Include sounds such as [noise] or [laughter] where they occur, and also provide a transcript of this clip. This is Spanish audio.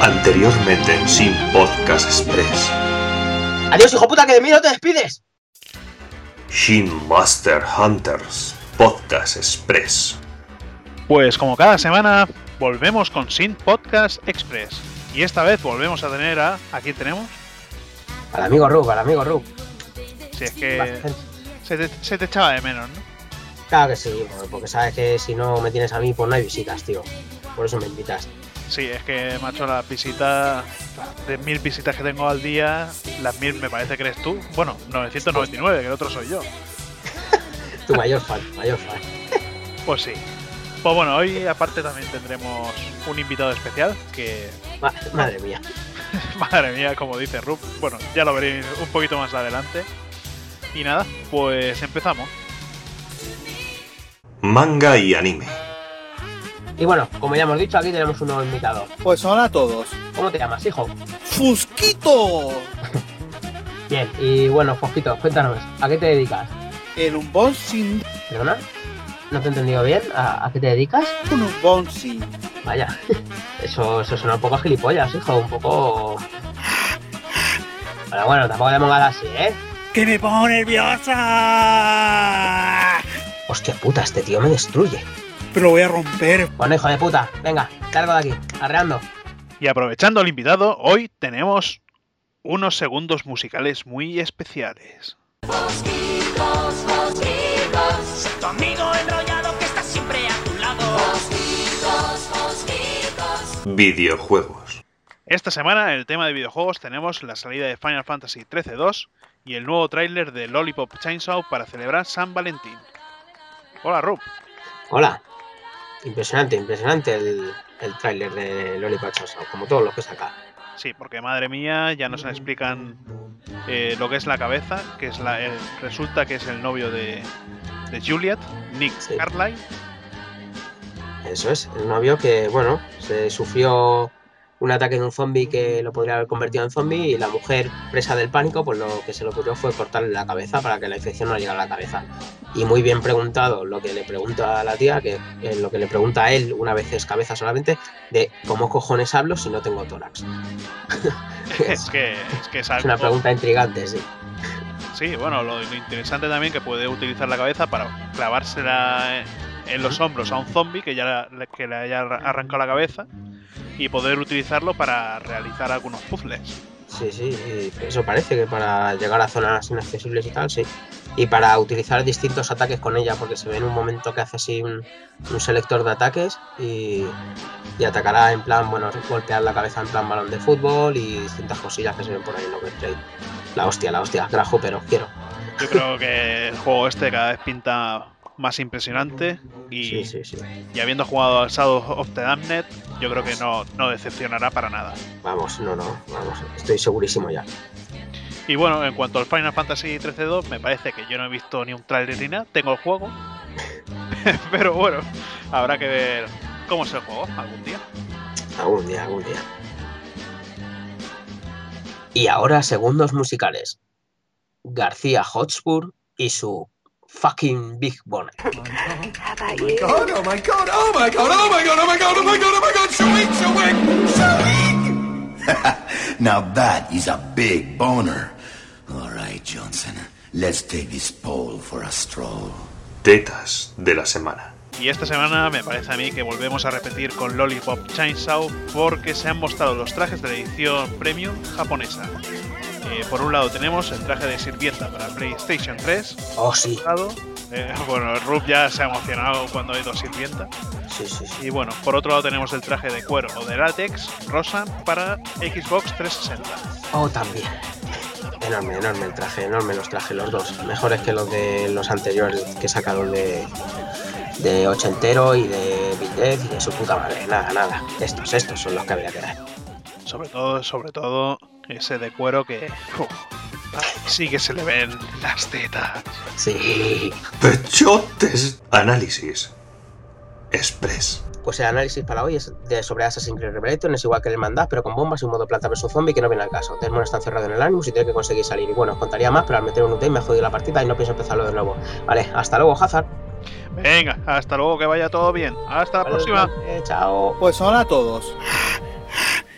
Anteriormente en Sin Podcast Express. Adiós, hijo puta, que de mí no te despides. Shin Master Hunters Podcast Express. Pues como cada semana, volvemos con Sin Podcast Express. Y esta vez volvemos a tener a. ¿A quién tenemos? Al amigo Rub, al amigo Rub. Si es que. Se te, se te echaba de menos, ¿no? Claro que sí, porque sabes que si no me tienes a mí, pues no hay visitas, tío. Por eso me invitas. Sí, es que, macho, las visitas. Las 3.000 visitas que tengo al día, las 1.000 me parece que eres tú. Bueno, 999, que el otro soy yo. tu mayor fan, mayor fan. Pues sí. Pues bueno, hoy aparte también tendremos un invitado especial que. [laughs] Ma- madre mía. Madre mía, como dice Rup. Bueno, ya lo veréis un poquito más adelante. Y nada, pues empezamos. Manga y anime. Y bueno, como ya hemos dicho, aquí tenemos un nuevo invitado. Pues hola a todos. ¿Cómo te llamas, hijo? ¡Fusquito! Bien, y bueno, Fosquito, cuéntanos, ¿a qué te dedicas? El unboxing. ¿Perdona? ¿No te he entendido bien? ¿A, a qué te dedicas? Un unboxing. Vaya, [laughs] eso, eso suena un poco a gilipollas, hijo, un poco... Bueno, bueno, tampoco le pongas así, ¿eh? ¡Que me pongo nerviosa! Hostia puta, este tío me destruye. Pero lo voy a romper. Bueno, hijo de puta, venga, cargo de aquí, arreando. Y aprovechando al invitado, hoy tenemos unos segundos musicales muy especiales. Mosquitos, mosquitos, Tu amigo enrollado que está siempre a tu lado. mosquitos, mosquitos. Videojuegos. Esta semana, en el tema de videojuegos, tenemos la salida de Final Fantasy XIII-2 y el nuevo tráiler de Lollipop Chainsaw para celebrar San Valentín. Hola, Rup. Hola. Impresionante, impresionante el, el tráiler de Lollipop Chainsaw, como todos los que saca. Sí, porque madre mía, ya nos explican eh, lo que es la cabeza, que es la, el- resulta que es el novio de, de Juliet, Nick Sí. [laughs] Carlyle. Eso es, el novio que, bueno, se sufrió un ataque de un zombie que lo podría haber convertido en zombie y la mujer, presa del pánico, pues lo que se le ocurrió fue cortarle la cabeza para que la infección no llegara a la cabeza. Y muy bien preguntado lo que le pregunta a la tía, que eh, lo que le pregunta a él una vez es cabeza solamente, de cómo cojones hablo si no tengo tórax. [laughs] Es que es, que es Es una algo- pregunta intrigante, sí. Sí, bueno, lo, lo interesante también que puede utilizar la cabeza para clavársela en, en los hombros a un zombie que ya le- que le haya arra- arrancado la cabeza y poder utilizarlo para realizar algunos puzzles. Sí, sí, sí, eso parece que para llegar a zonas inaccesibles y tal, sí. Y para utilizar distintos ataques con ella, porque se ve en un momento que hace así un, un selector de ataques y, y atacará en plan, bueno, golpear la cabeza en plan balón de fútbol y distintas cosillas que se ven por ahí en Overtrade. La hostia, la hostia, grajo, pero quiero. Yo creo que el juego este cada vez pinta más impresionante y, Sí, sí, sí. y habiendo jugado al Shadow of the Damned, yo creo que no, no decepcionará para nada. Vamos, no, no, vamos, estoy segurísimo ya. Y bueno, en cuanto al Final Fantasy XIII-2, me parece que yo no he visto ni un trailer ni nada, tengo el juego. [laughs] Pero bueno, habrá que ver cómo es el juego algún día. Algún día, algún día. Y ahora segundos musicales. García Hotspur y su fucking Big Bonnet. God, oh my god, oh my god, oh my god, oh my god, oh my god, oh my god, shawing, shawing, shawing. [laughs] Now that is a big boner. All right, Johnson. Let's take this pole for a stroll. Tetas de la semana. Y esta semana me parece a mí que volvemos a repetir con Lollipop Chainsaw porque se han mostrado los trajes de la edición premium japonesa. Eh, por un lado tenemos el traje de sirvienta para PlayStation 3, Oh, sí, lado, eh, [laughs] bueno, Rub ya se ha emocionado cuando ha ido sirvienta. sí, sí, sí. Y bueno, por otro lado tenemos el traje de cuero o de látex rosa para Xbox 360. Oh, también. Enorme, enorme el traje, enorme los trajes, los dos. Mejores que los de los anteriores que sacaron de, de Ochentero y de Big Death y de su puta madre. Nada, nada. Estos, estos son los que había que dar. Sobre todo, sobre todo ese de cuero que uf, sí que se le ven las tetas. Sí. Pechotes. Análisis. Express. Pues el análisis para hoy es de sobre Assassin's Creed Revelation, es igual que el Hermandad, pero con bombas y un modo planta versus zombie que no viene al caso. Desmond está encerrado en el Animus y tiene que conseguir salir. Y bueno, os contaría más, pero al meter un UT me ha jodido la partida y no pienso empezarlo de nuevo. Vale, hasta luego, Hazard. Venga, hasta luego, que vaya todo bien. Hasta la Vale, próxima. eh, chao. Pues hola a todos.